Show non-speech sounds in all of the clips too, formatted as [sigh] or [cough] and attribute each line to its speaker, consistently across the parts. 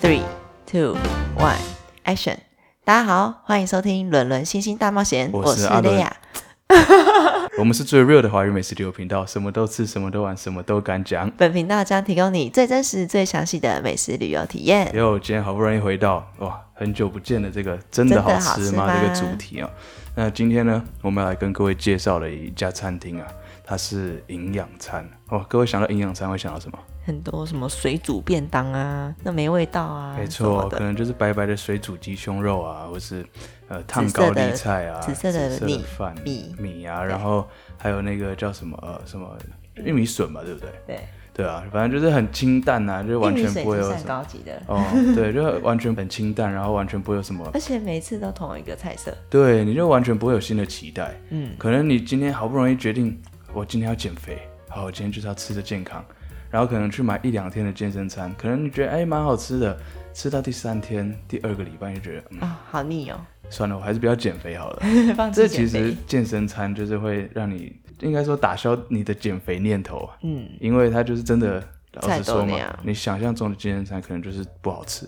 Speaker 1: Three, two, one, action！大家好，欢迎收听《伦伦星星大冒险》，
Speaker 2: 我
Speaker 1: 我
Speaker 2: 是
Speaker 1: 是
Speaker 2: 阿伦
Speaker 1: 雷亚。
Speaker 2: 我们是最 real 的华语美食旅游频道，什么都吃，什么都玩，什么都敢讲。
Speaker 1: 本频道将提供你最真实、最详细的美食旅游体验。
Speaker 2: 哟，今天好不容易回到哇，很久不见的这个真的好吃吗
Speaker 1: 真的好吃吗
Speaker 2: 这个主题啊。那今天呢，我们要来跟各位介绍了一家餐厅啊，它是营养餐。哦，各位想到营养餐会想到什么？
Speaker 1: 很多什么水煮便当啊，那没味道啊，
Speaker 2: 没
Speaker 1: 什么
Speaker 2: 错，可
Speaker 1: 的。
Speaker 2: 能就是白白的水煮鸡胸肉啊，或是呃
Speaker 1: 色的
Speaker 2: 烫高丽菜啊，
Speaker 1: 紫色的米
Speaker 2: 饭
Speaker 1: 米
Speaker 2: 米啊，然后还有那个叫什么呃什么玉米笋嘛，对不对？
Speaker 1: 对，
Speaker 2: 对啊，反正就是很清淡啊，就是完
Speaker 1: 玉米
Speaker 2: 全
Speaker 1: 水
Speaker 2: 不会
Speaker 1: 是
Speaker 2: 有什
Speaker 1: 算
Speaker 2: 么。
Speaker 1: 高级的，
Speaker 2: 哦，对，就完全很清淡，然后完全不会有
Speaker 1: [laughs]
Speaker 2: 什么，
Speaker 1: 而且每次都同一个菜色。
Speaker 2: 对，你就完全不会有新的期待。
Speaker 1: 嗯，
Speaker 2: 可能你今天好不容易决定，我今天要减肥，好，我今天就是要吃的健康，然后可能去买一两天的健身餐，可能你觉得哎蛮好吃的，吃到第三天、第二个礼拜就觉得，嗯，
Speaker 1: 啊、好腻哦，
Speaker 2: 算了，我还是不要减肥好了。
Speaker 1: [laughs] 放
Speaker 2: 这
Speaker 1: 弃
Speaker 2: 其
Speaker 1: 减
Speaker 2: 实
Speaker 1: 肥。
Speaker 2: 健身餐就是会让你，应该说打消你的减肥念头啊，
Speaker 1: 嗯，
Speaker 2: 因为它就是真的，老
Speaker 1: 菜
Speaker 2: 实
Speaker 1: 都
Speaker 2: 说
Speaker 1: 那
Speaker 2: 嘛
Speaker 1: 样，
Speaker 2: 你想象中的健身餐可能就是不好吃，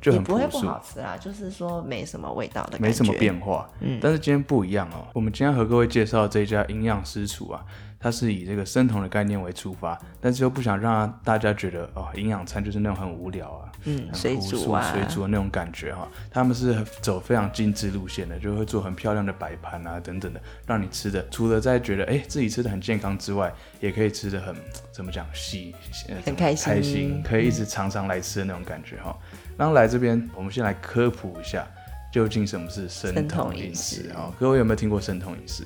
Speaker 2: 就
Speaker 1: 也
Speaker 2: 很
Speaker 1: 不
Speaker 2: 朴
Speaker 1: 会不
Speaker 2: 素。
Speaker 1: 好吃啦，就是说没什么味道的感觉，
Speaker 2: 没什么变化。
Speaker 1: 嗯
Speaker 2: 但是今天不一样哦。我们今天和各位介绍这家营养师厨啊，它是以这个生酮的概念为出发，但是又不想让大家觉得哦，营养餐就是那种很无聊啊。
Speaker 1: 嗯，
Speaker 2: 很
Speaker 1: 水
Speaker 2: 朴
Speaker 1: 煮
Speaker 2: 素
Speaker 1: 啊，
Speaker 2: 水煮的那种感觉哈、他们是走非常精致路线的，就会做很漂亮的摆盘啊等等的，让你吃的除了在觉得哎、自己吃的很健康之外，也可以吃的很怎么讲喜，呃
Speaker 1: 很开心嗯
Speaker 2: 开心，可以一直常常来吃的那种感觉哈、然后来这边，我们先来科普一下，究竟什么是生
Speaker 1: 生
Speaker 2: 酮
Speaker 1: 酮
Speaker 2: 饮
Speaker 1: 饮
Speaker 2: 食
Speaker 1: 食
Speaker 2: 啊、各位有没有听过生酮饮食？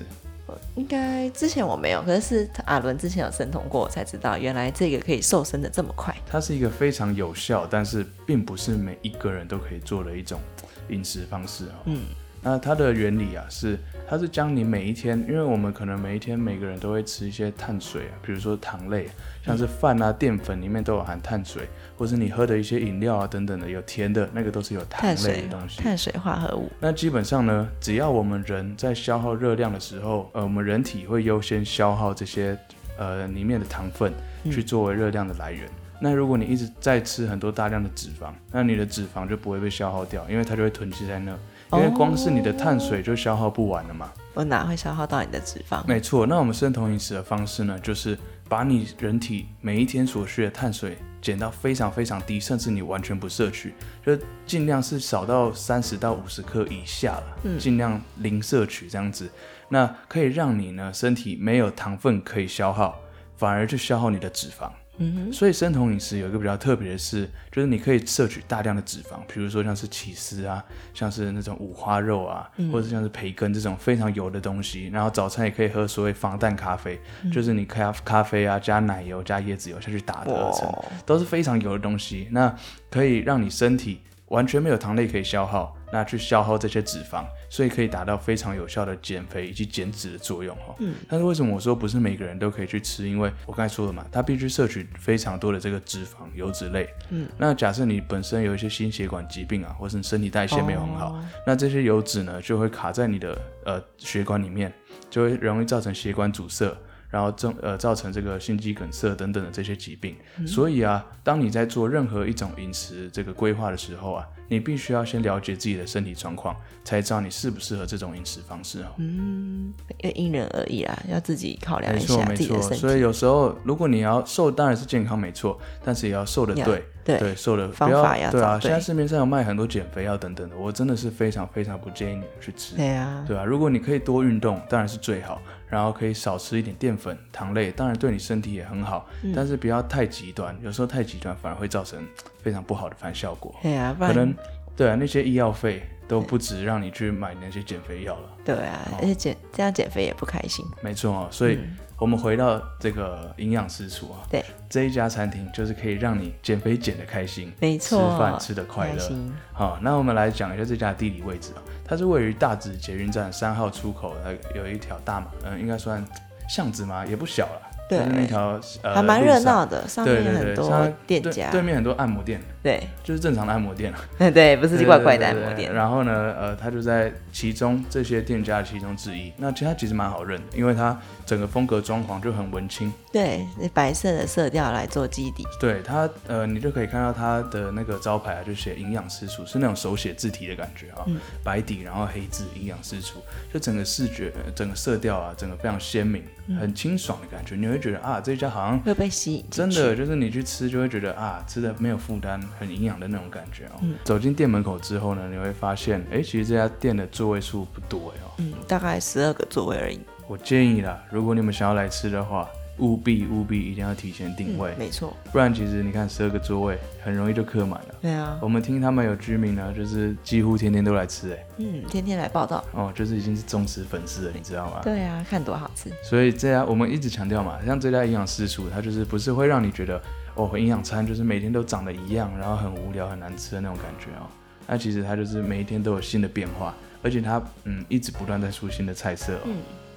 Speaker 1: 应该之前我没有，可是是阿伦之前有生酮过，我才知道原来这个可以瘦身的这么快。
Speaker 2: 它是一个非常有效，但是并不是每一个人都可以做的一种饮食方式哦。
Speaker 1: 嗯，
Speaker 2: 那它的原理啊是，它是将你每一天，因为我们可能每一天每个人都会吃一些碳水啊，比如说糖类，
Speaker 1: 嗯
Speaker 2: 像是饭啊、淀粉里面都有含碳水，或是你喝的一些饮料啊等等的，有甜的那个都是有糖
Speaker 1: 碳
Speaker 2: 类
Speaker 1: 水
Speaker 2: 的东西。
Speaker 1: 碳水化合物，
Speaker 2: 那基本上呢，只要我们人在消耗热量的时候，呃，我们人体会优先消耗这些呃里面的糖分去作为热量的来源。那如果你一直在吃很多大量的脂肪，那你的脂肪就不会被消耗掉，因为它就会囤积在那。因为光是你的碳水就消耗不完了嘛。
Speaker 1: 我哪会消耗到你的脂肪？
Speaker 2: 没错，那我们生酮饮食的方式呢，就是把你人体每一天所需的碳水减到非常非常低，甚至你完全不摄取，就尽量是少到三十到五十克以下了，尽量零摄取这样子。那可以让你呢身体没有糖分可以消耗，反而去消耗你的脂肪。
Speaker 1: 嗯
Speaker 2: 所以生酮饮食有一个比较特别的是，就是你可以摄取大量的脂肪，比如说像是起司啊，像是那种五花肉啊，
Speaker 1: 嗯
Speaker 2: 或者是像是培根这种非常油的东西。然后早餐也可以喝所谓防弹咖啡，
Speaker 1: 嗯
Speaker 2: 就是你咖咖啡啊加奶油加椰子油下去打的而成
Speaker 1: 哇，
Speaker 2: 都是非常油的东西。那可以让你身体完全没有糖类可以消耗，那去消耗这些脂肪，所以可以达到非常有效的减肥以及减脂的作用哦。嗯，但是为什么我说不是每个人都可以去吃？因为我刚才说了嘛，它必须摄取非常多的这个脂肪、油脂类。嗯，那假设你本身有一些心血管疾病啊，或是你身体代谢没有很好，那这些油脂呢就会卡在你的呃血管里面，就会容易造成血管阻塞。然后造呃造成这个心肌梗塞等等的这些疾病。
Speaker 1: 嗯
Speaker 2: 所以啊，当你在做任何一种饮食这个规划的时候啊，你必须要先了解自己的身体状况，才知道你适不适合这种饮食方式哦。
Speaker 1: 嗯，因为因人而异啦，要自己考量
Speaker 2: 没
Speaker 1: 一
Speaker 2: 错
Speaker 1: 下
Speaker 2: 没
Speaker 1: 自己的
Speaker 2: 错，
Speaker 1: 身
Speaker 2: 所
Speaker 1: 体。
Speaker 2: 以有时候如果你要瘦，当然是健康没错，但是也要瘦的
Speaker 1: 要
Speaker 2: 对。
Speaker 1: 对
Speaker 2: 瘦的
Speaker 1: 方
Speaker 2: 不要
Speaker 1: 法要
Speaker 2: 对啊！
Speaker 1: 找对
Speaker 2: 现在市面上有卖很多减肥药等等的，我真的是非常非常不建议你去吃。
Speaker 1: 对啊，
Speaker 2: 对啊，如果你可以多运动，当然是最好，然后可以少吃一点淀粉、糖类，当然对你身体也很好，
Speaker 1: 嗯
Speaker 2: 但是不要太极端，有时候太极端反而会造成非常不好的反效果，
Speaker 1: 对啊，不
Speaker 2: 可
Speaker 1: 然
Speaker 2: 能对啊，那些医药费都不止让你去买那些减肥药了。
Speaker 1: 对啊，
Speaker 2: 哦
Speaker 1: 而且减这样减肥也不开心。
Speaker 2: 没错哦，所以我们回到这个营养师厨啊，
Speaker 1: 嗯对，
Speaker 2: 这一家餐厅就是可以让你减肥减得开心，
Speaker 1: 没错
Speaker 2: 吃饭吃得快
Speaker 1: 开
Speaker 2: 乐
Speaker 1: 心。
Speaker 2: 好，那我们来讲一下这家的地理位置啊，它是位于大直捷运站三号出口，呃，有一条大马，嗯、应该算巷子嘛，也不小了，
Speaker 1: 对
Speaker 2: 就是那条呃，
Speaker 1: 还蛮
Speaker 2: 路
Speaker 1: 热
Speaker 2: 上，
Speaker 1: 闹的，上
Speaker 2: 对
Speaker 1: 面
Speaker 2: 对
Speaker 1: 很
Speaker 2: 对，
Speaker 1: 多
Speaker 2: 像
Speaker 1: 店
Speaker 2: 对
Speaker 1: 家，
Speaker 2: 对面很多按摩店，
Speaker 1: 对
Speaker 2: 就是正常的按摩
Speaker 1: [laughs]
Speaker 2: 店啊。
Speaker 1: 对，不是
Speaker 2: 对
Speaker 1: 怪怪的
Speaker 2: 对
Speaker 1: 按
Speaker 2: 对
Speaker 1: 摩店
Speaker 2: 对，然后呢，呃，它就在其中这些店家的其中之一。那其实它其实蛮好认的，因为它整个风格装潢就很文青。
Speaker 1: 对，那白色的色调来做基底，
Speaker 2: 对它，呃，你就可以看到它的那个招牌啊，就写营养师厨，是那种手写字体的感觉啊，白底然后黑字，营养师厨，就整个视觉、呃整个色调啊，整个非常鲜明，很清爽的感觉，你会觉得啊，这家好像
Speaker 1: 会被吸引进
Speaker 2: 真
Speaker 1: 去。
Speaker 2: 的就是你去吃就会觉得啊，吃的没有负担，很营养的那种感觉哦。走进店门口之后呢，你会发现，哎，其实这家店的座位数不多哎哦。
Speaker 1: 嗯，大概十二个座位而已。
Speaker 2: 我建议啦，如果你们想要来吃的话，务必务必一定要提前定位，
Speaker 1: 没错，
Speaker 2: 不然其实你看十二个座位很容易就客满了。
Speaker 1: 对啊，
Speaker 2: 我们听他们有居民呢，就是几乎天天都来吃哎、
Speaker 1: 嗯，天天来报道。
Speaker 2: 哦，就是已经是忠实粉丝了，你知道吗？
Speaker 1: 对啊，看多好吃。
Speaker 2: 所以这家我们一直强调嘛，像这家营养师厨，它就是不是会让你觉得哦，营养餐就是每天都长得一样，然后很无聊很难吃的那种感觉哦。那其实它就是每一天都有新的变化，而且它嗯一直不断在出新的菜色哦，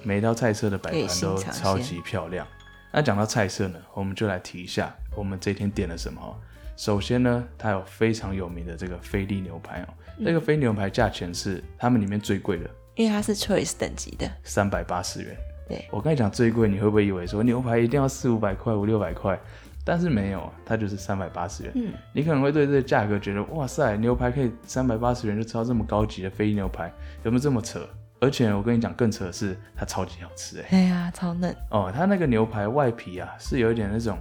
Speaker 2: 每一道菜色的摆
Speaker 1: 可以
Speaker 2: 盘
Speaker 1: 新
Speaker 2: 都
Speaker 1: 尝
Speaker 2: 超
Speaker 1: 鲜
Speaker 2: 级漂亮。那讲到菜色呢，我们就来提一下我们这天点了什么、哦。首先呢，它有非常有名的这个菲力牛排哦，这个菲力牛排价钱是他们里面最贵的，
Speaker 1: 因为它是 choice 等级的，
Speaker 2: 三百八十元。
Speaker 1: 对
Speaker 2: 我刚才讲最贵，你会不会以为说牛排一定要四五百块、五六百块？但是没有，它就是三百八十元。嗯，你可能会对这个价格觉得，哇塞，牛排可以三百八十元就吃到这么高级的非牛排，有没有这么扯？而且我跟你讲，更扯的是它超级好吃
Speaker 1: 哎
Speaker 2: 哎、
Speaker 1: 呀，超嫩，
Speaker 2: 哦，它那个牛排外皮啊是有一点那种，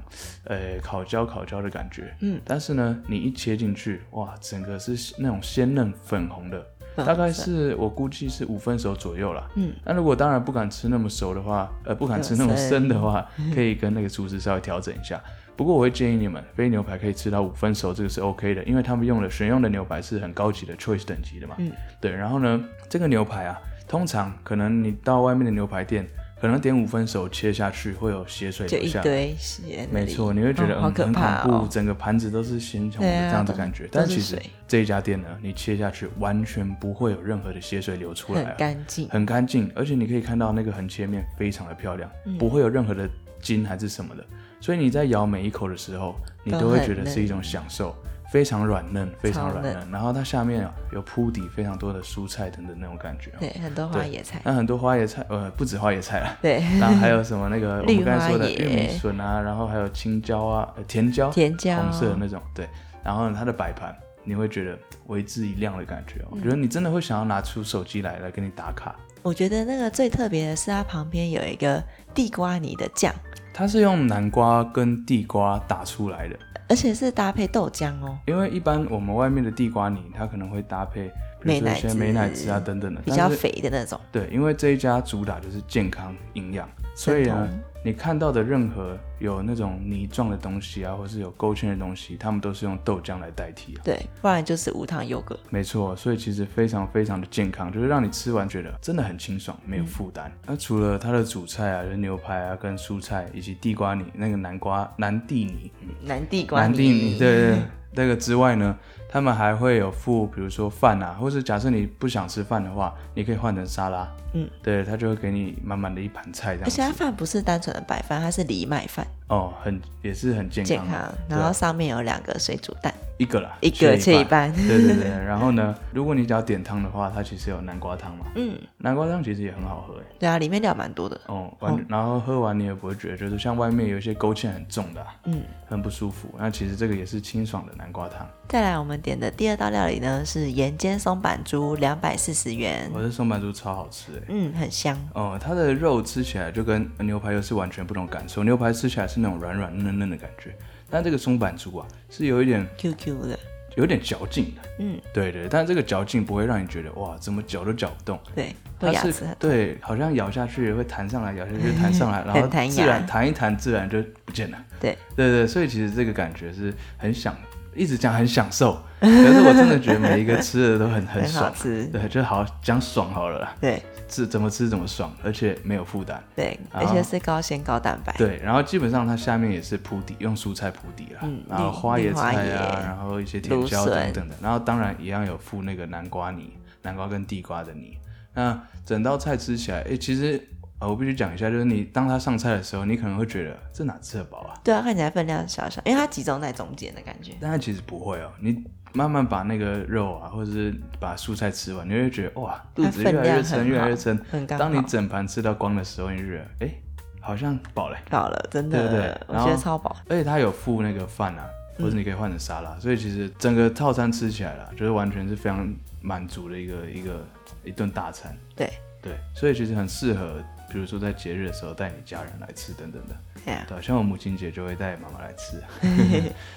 Speaker 2: 呃，烤焦烤焦的感觉。
Speaker 1: 嗯，
Speaker 2: 但是呢，你一切进去，哇，整个是那种鲜嫩粉红的，大概是我估计是五分熟左右啦。
Speaker 1: 嗯，
Speaker 2: 那如果当然不敢吃那么熟的话，呃，不敢吃那么生的话，可以跟那个厨师稍微调整一下。不过我会建议你们，非牛排可以吃到五分熟，这个是 OK 的，因为他们用的选用的牛排是很高级的 choice 等级的嘛。嗯，对。然后呢，这个牛排啊，通常可能你到外面的牛排店，可能点五分熟切下去会有血水
Speaker 1: 就
Speaker 2: 流
Speaker 1: 一
Speaker 2: 下来。
Speaker 1: 堆血。
Speaker 2: 没错，你会觉得、
Speaker 1: 哦
Speaker 2: 嗯
Speaker 1: 好可怕
Speaker 2: 很恐怖，
Speaker 1: 哦
Speaker 2: 整个盘子都是鲜红的
Speaker 1: 对啊
Speaker 2: 这样子
Speaker 1: 都
Speaker 2: 感觉。
Speaker 1: 都
Speaker 2: 但
Speaker 1: 是
Speaker 2: 其实
Speaker 1: 水
Speaker 2: 这一家店呢，你切下去完全不会有任何的血水流出来、
Speaker 1: 很
Speaker 2: 啊，
Speaker 1: 干净。
Speaker 2: 很干净，而且你可以看到那个横切面非常的漂亮，
Speaker 1: 嗯
Speaker 2: 不会有任何的筋还是什么的。所以你在咬每一口的时候，你
Speaker 1: 都
Speaker 2: 都会
Speaker 1: 很
Speaker 2: 觉得是
Speaker 1: 嫩
Speaker 2: 一种享受，非常软嫩，非常
Speaker 1: 超
Speaker 2: 软
Speaker 1: 嫩
Speaker 2: 嫩。然后它下面啊有铺底非常多的蔬菜等等那种感觉哦。
Speaker 1: 对，很多花野菜。
Speaker 2: 那很多花椰菜，呃， [laughs] 不止花椰菜
Speaker 1: [laughs]
Speaker 2: 啦，
Speaker 1: 对，
Speaker 2: 然后还有什么那个我
Speaker 1: 绿
Speaker 2: 们刚才说
Speaker 1: 花
Speaker 2: 的
Speaker 1: 椰
Speaker 2: 玉米笋啊，然后还有青椒啊、呃甜椒、
Speaker 1: 甜椒
Speaker 2: 红色的那种，对。然后呢它的摆盘，你会觉得为之一亮的感觉、哦，我觉得你真的会想要拿出手机来来给你打卡。
Speaker 1: 我觉得那个最特别的是它旁边有一个地瓜泥的酱，
Speaker 2: 它是用南瓜跟地瓜打出来的，
Speaker 1: 而且是搭配豆浆哦，
Speaker 2: 因为一般我们外面的地瓜泥，它可能会搭配，比
Speaker 1: 美
Speaker 2: 如说一
Speaker 1: 乃
Speaker 2: 些
Speaker 1: 滋
Speaker 2: 美乃滋啊等等的，
Speaker 1: 比较
Speaker 2: 但是
Speaker 1: 肥的那种。
Speaker 2: 对，因为这一家主打就是健康营养，所以呢
Speaker 1: 同，
Speaker 2: 你看到的任何有那种泥状的东西啊，或是有勾芡的东西，他们都是用豆浆来代替、啊。
Speaker 1: 对，不然就是无糖优格。
Speaker 2: 没错，所以其实非常非常的健康，就是让你吃完觉得真的很清爽，没有负
Speaker 1: 嗯
Speaker 2: 担。那、除了它的主菜啊，就是牛排啊，跟蔬菜以及地瓜泥那个南瓜南地泥，嗯
Speaker 1: 南地瓜
Speaker 2: 南
Speaker 1: 泥，
Speaker 2: 地泥对对对那个之外呢，他们还会有附，比如说饭啊，或是假设你不想吃饭的话，你可以换成沙拉，
Speaker 1: 嗯，
Speaker 2: 对，他就会给你满满的一盘菜这
Speaker 1: 而
Speaker 2: 样
Speaker 1: 且它饭不是单纯的白饭，它是藜麦饭，
Speaker 2: 哦，很也是很健康
Speaker 1: 健
Speaker 2: 啊，
Speaker 1: 康。然后上面有两个水煮蛋，
Speaker 2: 一个啦，
Speaker 1: 一个切一半。
Speaker 2: 对
Speaker 1: [laughs]
Speaker 2: 对对，然后呢，如果你只要点汤的话，它其实有南瓜汤嘛，
Speaker 1: 嗯，
Speaker 2: 南瓜汤其实也很好喝哎，
Speaker 1: 对啊，里面料蛮多的。
Speaker 2: 哦，完全然后喝完你也不会觉得就是像外面有一些勾芡很重的、啊，
Speaker 1: 嗯，
Speaker 2: 很不舒服。那其实这个也是清爽的南瓜汤。
Speaker 1: 再来，我们点的第二道料理呢是盐煎松板猪，两百四十元
Speaker 2: 我。这松板猪超好吃哎。
Speaker 1: 嗯，很香。
Speaker 2: 哦，它的肉吃起来就跟牛排又是完全不同感受。牛排吃起来是那种软软嫩嫩的感觉，但这个松板猪啊是有一点
Speaker 1: QQ 的，
Speaker 2: 有点嚼劲的。
Speaker 1: 嗯，
Speaker 2: 对对，但这个嚼劲不会让你觉得哇怎么嚼都嚼不动，
Speaker 1: 对，会
Speaker 2: 它
Speaker 1: 牙
Speaker 2: 是
Speaker 1: 齿很
Speaker 2: 对，好像咬下去会弹上来，咬下去就弹上来，然后
Speaker 1: 很 [laughs] 弹
Speaker 2: 自然
Speaker 1: 牙
Speaker 2: 弹一弹，自然就不见了。
Speaker 1: 对，
Speaker 2: 对对，所以其实这个感觉是很享，一直讲很享受，可是我真的觉得每一个吃的都很
Speaker 1: [laughs]
Speaker 2: 很
Speaker 1: 很好
Speaker 2: 爽，
Speaker 1: 吃。
Speaker 2: 对，就好讲爽好了啦，
Speaker 1: 对
Speaker 2: 吃怎么吃怎么爽，而且没有负担。
Speaker 1: 对，
Speaker 2: 然
Speaker 1: 而
Speaker 2: 后
Speaker 1: 且是高纤高蛋白。
Speaker 2: 啊对，然后基本上它下面也是铺底，用蔬菜铺底啦，
Speaker 1: 嗯
Speaker 2: 然后
Speaker 1: 绿
Speaker 2: 花
Speaker 1: 绿
Speaker 2: 椰
Speaker 1: 花
Speaker 2: 菜
Speaker 1: 椰
Speaker 2: 啊，然后一些甜
Speaker 1: 芦
Speaker 2: 椒等
Speaker 1: 笋
Speaker 2: 等的，然后当然一样有附那个南瓜泥，南瓜跟地瓜的泥。那整道菜吃起来，诶，其实呃，我必须讲一下，就是你当它上菜的时候，你可能会觉得这哪吃得饱啊？
Speaker 1: 对啊，看起来分量小小，因为它集中在中间的感觉。
Speaker 2: 但它其实不会哦，你慢慢把那个肉啊，或者是把蔬菜吃完，你会觉得哇，肚
Speaker 1: 它
Speaker 2: 子
Speaker 1: 分
Speaker 2: 越来越
Speaker 1: 量
Speaker 2: 撑，
Speaker 1: 很
Speaker 2: 越来越
Speaker 1: 好
Speaker 2: 撑。
Speaker 1: 很刚
Speaker 2: 当你
Speaker 1: 好。
Speaker 2: 整盘吃到光的时候，你就觉得，哎、好像饱了欸、
Speaker 1: 饱了，真的，
Speaker 2: 对对对
Speaker 1: 我
Speaker 2: 然
Speaker 1: 觉
Speaker 2: 后
Speaker 1: 得超饱。
Speaker 2: 而且它有附那个饭啊，
Speaker 1: 嗯
Speaker 2: 或者你可以换成沙拉，所以其实整个套餐吃起来啦，就是完全是非常满足的一个一个一顿大餐。
Speaker 1: 对，
Speaker 2: 对，所以其实很适合，比如说在节日的时候带你家人来吃等等的。
Speaker 1: 哎呀，
Speaker 2: 对，像我母亲节就会带妈妈来
Speaker 1: [laughs]
Speaker 2: 吃。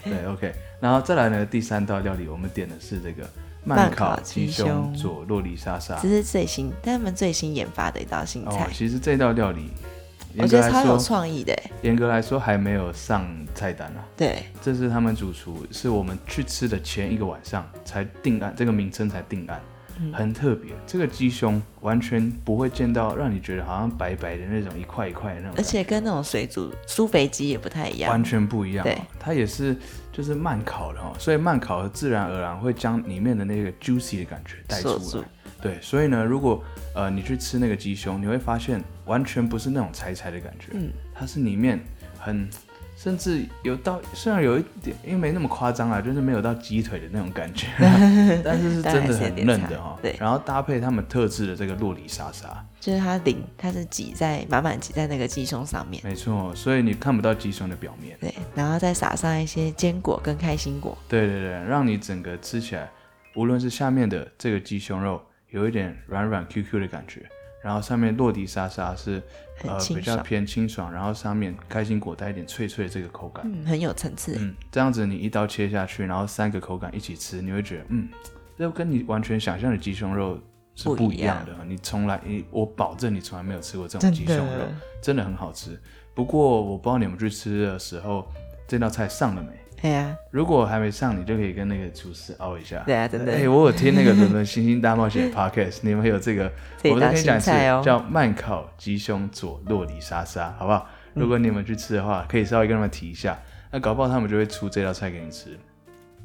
Speaker 2: 对，OK，然后再来呢，第三道料理我们点的是这个
Speaker 1: 慢
Speaker 2: 慢
Speaker 1: 烤
Speaker 2: 烤鸡
Speaker 1: 鸡胸
Speaker 2: 胸佐洛里沙沙
Speaker 1: 这。是最新，他们最新研发的一道新
Speaker 2: 哦
Speaker 1: 菜，，
Speaker 2: 其实这道料理，
Speaker 1: 我
Speaker 2: 严
Speaker 1: 觉
Speaker 2: 格
Speaker 1: 得超
Speaker 2: 来
Speaker 1: 有
Speaker 2: 说，
Speaker 1: 创意的欸。
Speaker 2: 严格来说还没有上菜单啊。
Speaker 1: 对，
Speaker 2: 这是他们主厨，是我们去吃的前一个晚上才定案，这个名称才定案，很特别。这个鸡胸完全不会见到让你觉得好像白白的那种一块一块的那种
Speaker 1: 而
Speaker 2: 感觉，
Speaker 1: 且跟那种水煮苏肥鸡也不太一样
Speaker 2: 完。全不一样、
Speaker 1: 对
Speaker 2: 哦。它也是就是慢烤的哦，所以慢烤自然而然会将里面的那个 juicy 的感觉带出
Speaker 1: 锁住
Speaker 2: 来。对，所以呢，如果呃你去吃那个鸡胸，你会发现完全不是那种柴柴的感觉，
Speaker 1: 嗯
Speaker 2: 它是里面很。甚至有到，虽然有一点，因为没那么夸张啊，就是没有到鸡腿的那种
Speaker 1: [laughs]
Speaker 2: 感觉，但是是
Speaker 1: 当然
Speaker 2: 真的
Speaker 1: 是有
Speaker 2: 很
Speaker 1: 点
Speaker 2: 嫩
Speaker 1: 柴
Speaker 2: 的哦。
Speaker 1: 对
Speaker 2: 然后搭配他们特制的这个洛里沙沙，
Speaker 1: 就是它淋，它是挤在满满挤在那个鸡胸上面，
Speaker 2: 没错，所以你看不到鸡胸的表面。
Speaker 1: 对，然后再撒上一些坚果跟开心果，
Speaker 2: 对对对，让你整个吃起来，无论是下面的这个鸡胸肉有一点软软 Q Q 的感觉，然后上面落地沙沙是
Speaker 1: 很
Speaker 2: 呃
Speaker 1: 清
Speaker 2: 比较
Speaker 1: 爽
Speaker 2: 偏清爽，然后上面开心果带一点脆脆的这个口感，
Speaker 1: 嗯，很有层次。
Speaker 2: 嗯，这样子你一刀切下去，然后三个口感一起吃，你会觉得嗯，这跟你完全想象的鸡胸肉是
Speaker 1: 不
Speaker 2: 不
Speaker 1: 一
Speaker 2: 一
Speaker 1: 样
Speaker 2: 样的，你从来你我保证你从来没有吃过这种鸡胸
Speaker 1: 真
Speaker 2: 肉
Speaker 1: 的，
Speaker 2: 真的很好吃。不过我不知道你们去吃的时候这道菜上了没。
Speaker 1: 对啊呀、
Speaker 2: 如果还没上，你就可以跟那个厨师凹一下。
Speaker 1: 对啊真的
Speaker 2: 哎、我有听那个《伦敦星星大冒
Speaker 1: [laughs]
Speaker 2: 险》podcast，你们有这个，
Speaker 1: 这一道
Speaker 2: 我再跟你讲一次
Speaker 1: 新菜哦，
Speaker 2: 叫慢烤鸡胸佐洛里沙沙，好不好？
Speaker 1: 嗯
Speaker 2: 如果你们去吃的话，可以稍微跟他们提一下，那搞不好他们就会出这道菜给你吃。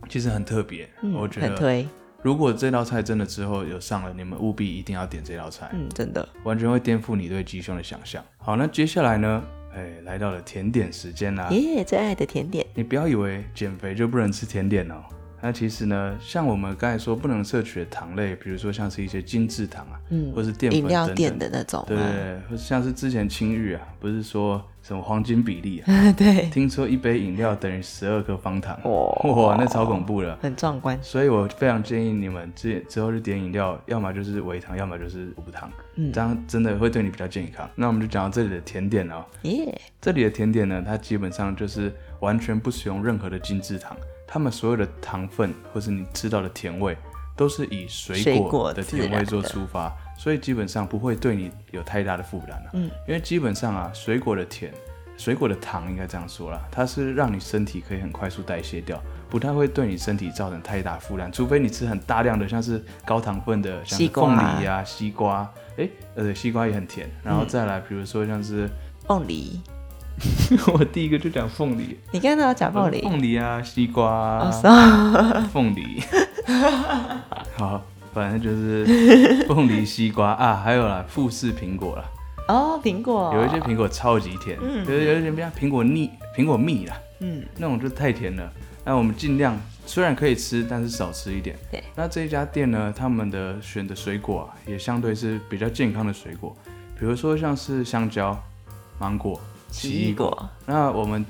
Speaker 2: 其实很特别，
Speaker 1: 嗯，
Speaker 2: 我觉
Speaker 1: 很
Speaker 2: 得，
Speaker 1: 推，
Speaker 2: 如果这道菜真的之后有上了，你们务必一定要点这道菜，
Speaker 1: 嗯，真的，
Speaker 2: 完全会颠覆你对鸡胸的想象。好，那接下来呢？哎，来到了甜点时间啊啦、
Speaker 1: 爷爷最爱的甜点，
Speaker 2: 你不要以为减肥就不能吃甜点哦。那其实呢，像我们刚才说不能摄取的糖类，比如说像是一些精制糖啊，
Speaker 1: 嗯
Speaker 2: 或是淀粉
Speaker 1: 饮
Speaker 2: 等
Speaker 1: 料啊
Speaker 2: 等
Speaker 1: 店的那种
Speaker 2: 对对
Speaker 1: 吗？
Speaker 2: 对，或是像是之前青玉啊，不是说什么黄金比例
Speaker 1: [laughs]
Speaker 2: 啊，
Speaker 1: 对，
Speaker 2: 听说一杯饮料等于十二颗方糖，啊
Speaker 1: 哦
Speaker 2: 哇，那超恐怖了。
Speaker 1: 很壮观，
Speaker 2: 所以我非常建议你们之之后去点饮料，要么就是微糖，要么就是无糖，
Speaker 1: 嗯
Speaker 2: 这样真的会对你比较健康。那我们就讲到这里的甜点哦。
Speaker 1: 耶、
Speaker 2: 这里的甜点呢，它基本上就是完全不使用任何的精制糖，它们所有的糖分或是你吃到的甜味，都是以水
Speaker 1: 水果
Speaker 2: 果的
Speaker 1: 自然
Speaker 2: 甜味做
Speaker 1: 的
Speaker 2: 出发，所以基本上不会对你有太大的负担了、
Speaker 1: 嗯，
Speaker 2: 因为基本上啊，水果的甜，水果的糖应该这样说啦，它是让你身体可以很快速代谢掉，不太会对你身体造成太大负担，除非你吃很大量的像是高糖分的，像
Speaker 1: 西
Speaker 2: 是
Speaker 1: 瓜
Speaker 2: 凤梨啊、西瓜，诶，呃，西瓜也很甜，然后再来比如说像是。
Speaker 1: 凤梨，
Speaker 2: 我第一个就讲凤梨，
Speaker 1: 你刚刚有讲凤梨，
Speaker 2: 凤梨啊，西瓜
Speaker 1: 哦，
Speaker 2: 啊
Speaker 1: ，sorry，[laughs]
Speaker 2: 凤、梨，好，反正就是
Speaker 1: [laughs]
Speaker 2: 凤梨、西瓜啊，还有啦，富士苹果啦，
Speaker 1: 哦，苹果，
Speaker 2: 有一些苹果超级甜，就是有一些像苹果腻、苹果蜜啦，
Speaker 1: 嗯，
Speaker 2: 那种就太甜了。那我们尽量虽然可以吃，但是少吃一点。
Speaker 1: 对，
Speaker 2: 那这一家店呢，他们的选的水果啊，也相对是比较健康的水果，比如说像是香蕉、芒果、奇
Speaker 1: 奇异
Speaker 2: 异果。
Speaker 1: 果，
Speaker 2: 那我们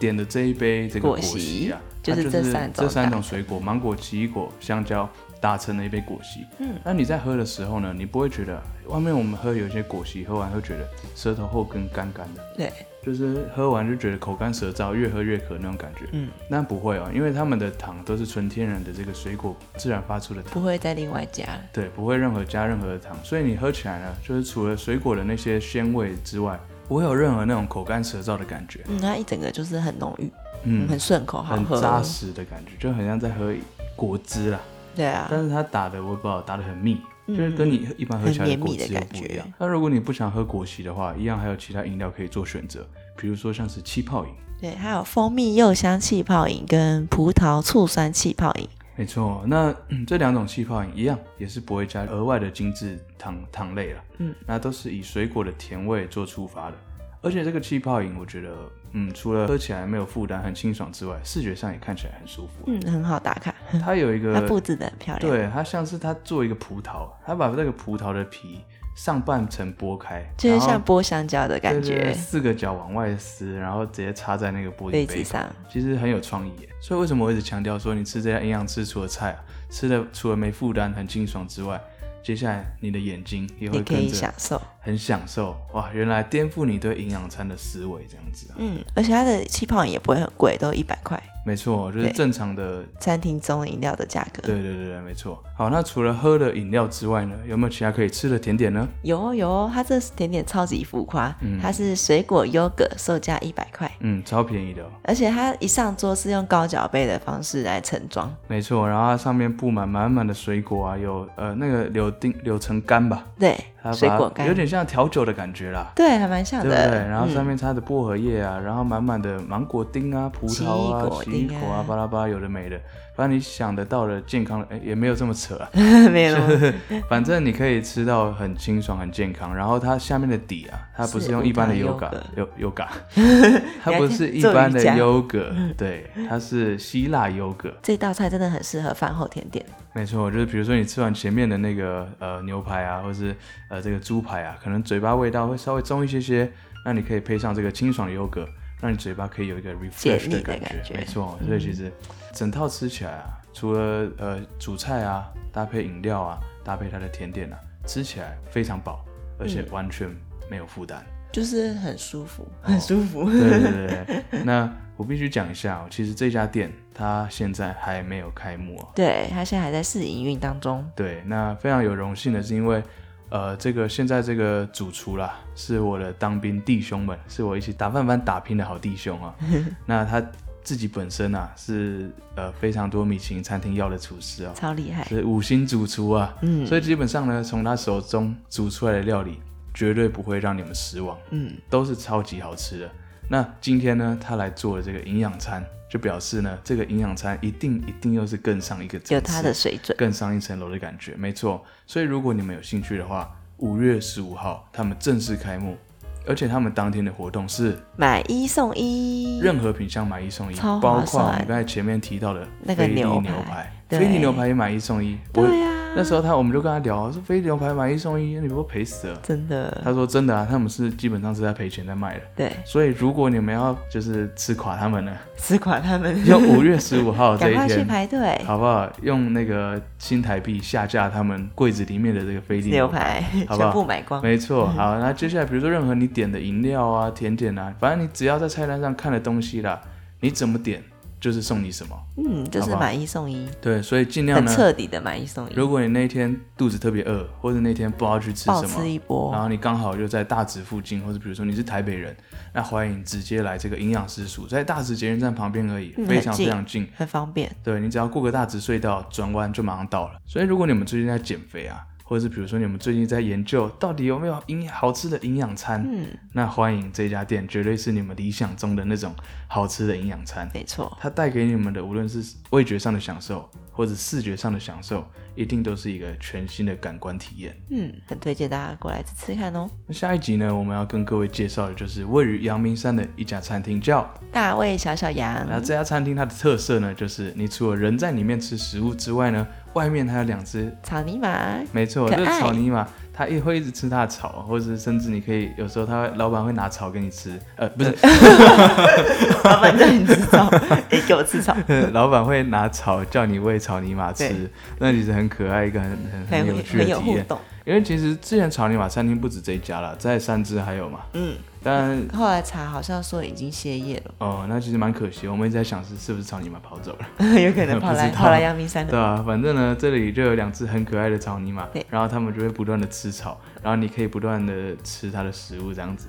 Speaker 2: 点的这一杯这个
Speaker 1: 果
Speaker 2: 果
Speaker 1: 昔
Speaker 2: 昔啊，
Speaker 1: 就
Speaker 2: 它
Speaker 1: 是
Speaker 2: 就是
Speaker 1: 这三种
Speaker 2: 这三
Speaker 1: 打
Speaker 2: 种水果，芒果、奇异果、香蕉打成了一杯果昔。
Speaker 1: 嗯，
Speaker 2: 那你在喝的时候呢，你不会觉得外面我们喝有一些果昔，喝完会觉得舌头后跟干干的，
Speaker 1: 对，
Speaker 2: 就是喝完就觉得口干舌燥，越喝越渴那种感觉。
Speaker 1: 嗯，
Speaker 2: 那不会哦，因为他们的糖都是纯天然的这个水果自然发出的糖。
Speaker 1: 不会再另外加了，
Speaker 2: 对，不会任何加任何的糖，所以你喝起来呢，就是除了水果的那些鲜味之外，不会有任何那种口干舌燥的感觉。
Speaker 1: 嗯，它一整个就是很浓郁，
Speaker 2: 嗯，
Speaker 1: 很顺口，好
Speaker 2: 很
Speaker 1: 喝，哦
Speaker 2: 扎实的感觉，就很像在喝果汁啦。
Speaker 1: 对啊，
Speaker 2: 但是它打的我也不知道，打的很密，
Speaker 1: 嗯
Speaker 2: 就是跟你一般喝起来的果
Speaker 1: 很绵密
Speaker 2: 汁又不一
Speaker 1: 的
Speaker 2: 样
Speaker 1: 感觉。
Speaker 2: 那如果你不想喝果昔的话，一样还有其他饮料可以做选择，比如说像是气泡饮。
Speaker 1: 对，还有蜂蜜柚香气泡饮跟葡萄醋酸气泡饮，
Speaker 2: 没错，那、嗯这两种气泡饮一样，也是不会加额外的精致糖糖类了。
Speaker 1: 嗯，
Speaker 2: 那都是以水果的甜味做出发的。而且这个气泡饮，我觉得，嗯，除了喝起来没有负担、很清爽之外，视觉上也看起来很舒
Speaker 1: [laughs]
Speaker 2: 服。
Speaker 1: 嗯，很好打卡，
Speaker 2: 它有一个
Speaker 1: 它布置的很漂亮，
Speaker 2: 对，它像是它做一个葡萄，它把这个葡萄的皮上半层剥开，
Speaker 1: 就是
Speaker 2: 然后
Speaker 1: 像剥香蕉的感
Speaker 2: 对对对
Speaker 1: 觉，
Speaker 2: 四个角往外撕，然后直接插在那个玻璃
Speaker 1: 杯子
Speaker 2: 杯
Speaker 1: 上。
Speaker 2: 其实很有创意耶。所以为什么我一直强调说，你吃这家营养师厨的菜啊，吃的除了没负担、很清爽之外，接下来你的眼睛也会
Speaker 1: 你可
Speaker 2: 跟
Speaker 1: 以
Speaker 2: 着
Speaker 1: 享受，
Speaker 2: 很享受哇！原来颠覆你对营养餐的思维这样子啊，
Speaker 1: 嗯，而且它的气泡饮也不会很贵，都一百块，
Speaker 2: 没错，就是
Speaker 1: 对
Speaker 2: 正常的。
Speaker 1: 餐厅中的饮料的价格。
Speaker 2: 对对对对，没错。好，那除了喝的饮料之外呢，有没有其他可以吃的甜点呢？
Speaker 1: 有哦有哦，它这甜点超级浮夸，它是水果优格，售价一百块，
Speaker 2: 嗯，超便宜的、哦，
Speaker 1: 而且它一上桌是用高脚杯的方式来盛装，
Speaker 2: 没错。然后它上面布满满满的水果啊，有呃那个柳丁、柳橙干吧，
Speaker 1: 对
Speaker 2: 它，
Speaker 1: 水
Speaker 2: 把
Speaker 1: 果
Speaker 2: 有
Speaker 1: 干，
Speaker 2: 点像调酒的感觉啦，
Speaker 1: 对，还蛮像
Speaker 2: 对
Speaker 1: 的。
Speaker 2: 不
Speaker 1: [laughs]
Speaker 2: 对？然后
Speaker 1: 嗯
Speaker 2: 上面插的薄荷叶啊，然后满满的芒果丁啊、葡萄
Speaker 1: 奇异
Speaker 2: 啊、
Speaker 1: 果
Speaker 2: 奇异
Speaker 1: 丁啊
Speaker 2: 果啊、巴拉巴拉，有的没的，反正你想得到的健康的，哎，也没有这么
Speaker 1: [laughs]
Speaker 2: 扯啊。
Speaker 1: 没有那么
Speaker 2: 反正你可以吃到很清爽、很健康。然后它下面的底啊，它不
Speaker 1: 是
Speaker 2: 是用一般的
Speaker 1: 无
Speaker 2: 优
Speaker 1: 糖
Speaker 2: 格
Speaker 1: 优，
Speaker 2: 优优
Speaker 1: [laughs]
Speaker 2: 格，它不是一般的优格，对，它是希腊优格。
Speaker 1: 这道菜真的很适合饭后甜点，
Speaker 2: 没错，就是比如说你吃完前面的那个呃牛排啊，或是呃这个猪排啊，可能嘴巴味道会稍微重一些些，那你可以配上这个清爽的优格，让你嘴巴可以有一个 refresh
Speaker 1: 腻的
Speaker 2: 感
Speaker 1: 感觉嗯
Speaker 2: 没错，所以其实整套吃起来啊，除了呃主菜啊，搭配饮料啊，搭配它的甜点啊，吃起来非常饱，而
Speaker 1: 嗯
Speaker 2: 且完全没有负担。
Speaker 1: 就是很舒服，
Speaker 2: 哦
Speaker 1: 很舒服。 [laughs]
Speaker 2: 对对对对， [laughs] 那我必须讲一下、哦，其实这家店它现在还没有开幕、哦。
Speaker 1: 对，它现在还在试营运当中。
Speaker 2: 对，那非常有荣幸的是，因为呃，这个现在这个主厨啦，是我的当兵弟兄们，是我一起打饭班打拼的好弟
Speaker 1: [laughs]
Speaker 2: 兄啊。那他自己本身啊，是呃非常多米其林餐厅要的厨师啊，
Speaker 1: 超厉害，
Speaker 2: 是五星主厨啊。嗯，所以基本上呢，从他手中煮出来的料理，绝对不会让你们失望。
Speaker 1: 嗯，
Speaker 2: 都是超级好吃的。那今天呢，他来做的这个营养餐，就表示呢，这个营养餐一定一定又是更上一个层次，
Speaker 1: 有它的水准。
Speaker 2: 更上一层楼的感觉，没错。所以如果你们有兴趣的话，五月十五号他们正式开幕，而且他们当天的活动是
Speaker 1: 买一送一，
Speaker 2: 任何品相买一送一，
Speaker 1: 超划
Speaker 2: 包括我
Speaker 1: 算
Speaker 2: 们刚才前面提到的
Speaker 1: 那个
Speaker 2: 菲力
Speaker 1: 牛
Speaker 2: 牛
Speaker 1: 排
Speaker 2: 排，
Speaker 1: 对
Speaker 2: 菲力牛排也买一送一。我
Speaker 1: 对啊呀
Speaker 2: 那时候他我们就跟他聊，我啊说菲力牛排买一送一，你不会赔死了？
Speaker 1: 真的，
Speaker 2: 他说真的啊，他们是基本上是在赔钱在卖的。
Speaker 1: 对，
Speaker 2: 所以如果你们要就是吃垮他们呢，
Speaker 1: 吃垮他们，
Speaker 2: 用五月十
Speaker 1: [laughs]
Speaker 2: 五号这
Speaker 1: 赶
Speaker 2: 一
Speaker 1: 快去
Speaker 2: 天，
Speaker 1: 排队。
Speaker 2: 好不好？用那个新台币下架他们柜子里面的这个菲力
Speaker 1: 牛
Speaker 2: 排
Speaker 1: 排，
Speaker 2: 好不
Speaker 1: 全部
Speaker 2: 好？
Speaker 1: 买光。
Speaker 2: 没错，好，那接下来比如说任何你点的饮料啊、甜点啊，反正你只要在菜单上看的东西啦，你怎么点就是送你什么。
Speaker 1: 嗯，就
Speaker 2: 好
Speaker 1: 是
Speaker 2: 不好
Speaker 1: 买一送一，
Speaker 2: 对，所以尽量
Speaker 1: 很
Speaker 2: 呢，
Speaker 1: 彻底的买一送一，
Speaker 2: 如果你那一天肚子特别饿，或者那天不知道去吃
Speaker 1: 暴
Speaker 2: 什么
Speaker 1: 吃，一
Speaker 2: 然
Speaker 1: 波。
Speaker 2: 后你刚好就在大直附近，或者比如说你是台北人，那欢迎直接来这个营养师署，在大直捷运站旁边而已，
Speaker 1: 嗯
Speaker 2: 非常
Speaker 1: 很
Speaker 2: 非
Speaker 1: 近
Speaker 2: 常近。
Speaker 1: 很方便，
Speaker 2: 对你只要过个大直隧道，转弯就马上到了。所以如果你们最近在减肥啊，或者是比如说你们最近在研究到底有没有营好吃的营养餐，
Speaker 1: 嗯，
Speaker 2: 那欢迎这家店，绝对是你们理想中的那种好吃的营养餐。
Speaker 1: 没错，
Speaker 2: 它带给你们的，无论是味觉上的享受，或者视觉上的享受，一定都是一个全新的感官体验。
Speaker 1: 嗯，很推荐大家过来吃吃看哦。
Speaker 2: 那下一集呢，我们要跟各位介绍的就是位于阳明山的一家餐厅叫。
Speaker 1: 大卫小小
Speaker 2: 那
Speaker 1: 羊，
Speaker 2: 这家餐厅它的特色呢，就是你除了人在里面吃食物之外呢，外面还有两只，
Speaker 1: 草泥马，
Speaker 2: 没错，
Speaker 1: 可
Speaker 2: 这
Speaker 1: 爱
Speaker 2: 个草泥马，它也会一直吃它的草，或者是甚至你可以有时候它会老板会拿草给你吃，呃，不是，
Speaker 1: 老板叫你吃
Speaker 2: [laughs]
Speaker 1: 草，也哎给我吃草，
Speaker 2: 老板会拿草叫你喂草泥马吃
Speaker 1: 对，
Speaker 2: 那其实很可爱，一个很很
Speaker 1: 很
Speaker 2: 有趣的
Speaker 1: 很有
Speaker 2: 体
Speaker 1: 互
Speaker 2: 验。
Speaker 1: 动。
Speaker 2: 因为其实之前草泥马餐厅不止这一家了，在三只还有嘛，
Speaker 1: 嗯，
Speaker 2: 但
Speaker 1: 后来查好像说已经歇业
Speaker 2: [laughs]
Speaker 1: 了，
Speaker 2: 哦，那其实蛮可惜，我们一直在想是是不是草泥马跑走了。
Speaker 1: 有可能跑来
Speaker 2: 不知道
Speaker 1: 跑来阳明山
Speaker 2: 对
Speaker 1: 了。
Speaker 2: 啊，反正呢，这里就有两只很可爱的草泥马
Speaker 1: 嗯对，
Speaker 2: 然后它们就会不断的吃草，然后你可以不断的吃它的食物，这样子，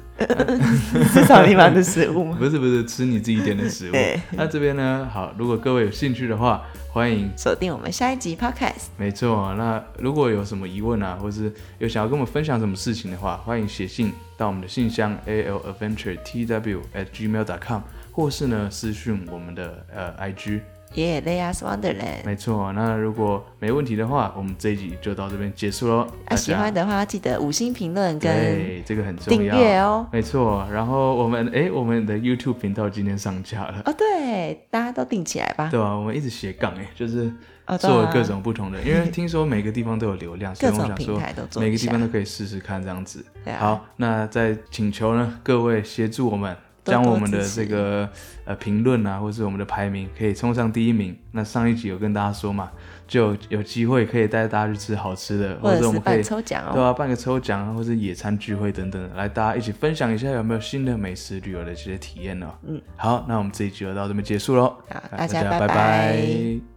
Speaker 1: 吃草泥马的食物吗？
Speaker 2: 不是不是吃你自己点的食物
Speaker 1: 嗯 [laughs] 对。
Speaker 2: 那这边呢，好，如果各位有兴趣的话，欢迎。
Speaker 1: [laughs] 锁定我们下一集 Podcast，
Speaker 2: 没错，啊那如果有什么疑问啊，或是有想要跟我们分享什么事情的话，欢迎写信到我们的信箱 a l adventure t w at gmail dot com，或是呢私讯我们的呃 IG
Speaker 1: 耶、yeah,，They are Wonderland。
Speaker 2: 没错，啊那如果没问题的话，我们这一集就到这边结束喽。大
Speaker 1: 啊，喜
Speaker 2: 家哎
Speaker 1: 欢的话记得五星评论跟
Speaker 2: 对这个很重要，
Speaker 1: 订阅哦。
Speaker 2: 没错，然后我们哎，我们的 YouTube 频道今天上架了，
Speaker 1: 哦，对，大家都订起来吧。
Speaker 2: 对吧、啊我们一直斜杠哎，就是
Speaker 1: 哦对啊
Speaker 2: 做各种不同的，因为听说每个地方都有流量，所以
Speaker 1: 各
Speaker 2: 我
Speaker 1: 种
Speaker 2: 想
Speaker 1: 平
Speaker 2: 说
Speaker 1: 台都做
Speaker 2: 每
Speaker 1: 一
Speaker 2: 个地
Speaker 1: 下
Speaker 2: 方都可以试试看这样子。
Speaker 1: 对啊
Speaker 2: 好，那再请求呢各位协助我们。
Speaker 1: 多
Speaker 2: 将
Speaker 1: 多
Speaker 2: 我们的
Speaker 1: 支持
Speaker 2: 这个呃评论啊，或是我们的排名可以冲上第一名。那上一集有跟大家说嘛，就有机会可以带大家去吃好吃的，
Speaker 1: 或
Speaker 2: 者
Speaker 1: 者
Speaker 2: 我
Speaker 1: 是
Speaker 2: 们可以
Speaker 1: 办抽奖
Speaker 2: 对
Speaker 1: 哦。
Speaker 2: 啊，办个抽奖啊，或者野餐聚会等等的，来大家一起分享一下有没有新的美食旅游的这些体验呢、哦？嗯，好，那我们这一集就到这边结束喽，
Speaker 1: 好
Speaker 2: 那
Speaker 1: 大家拜
Speaker 2: 拜
Speaker 1: 拜
Speaker 2: 拜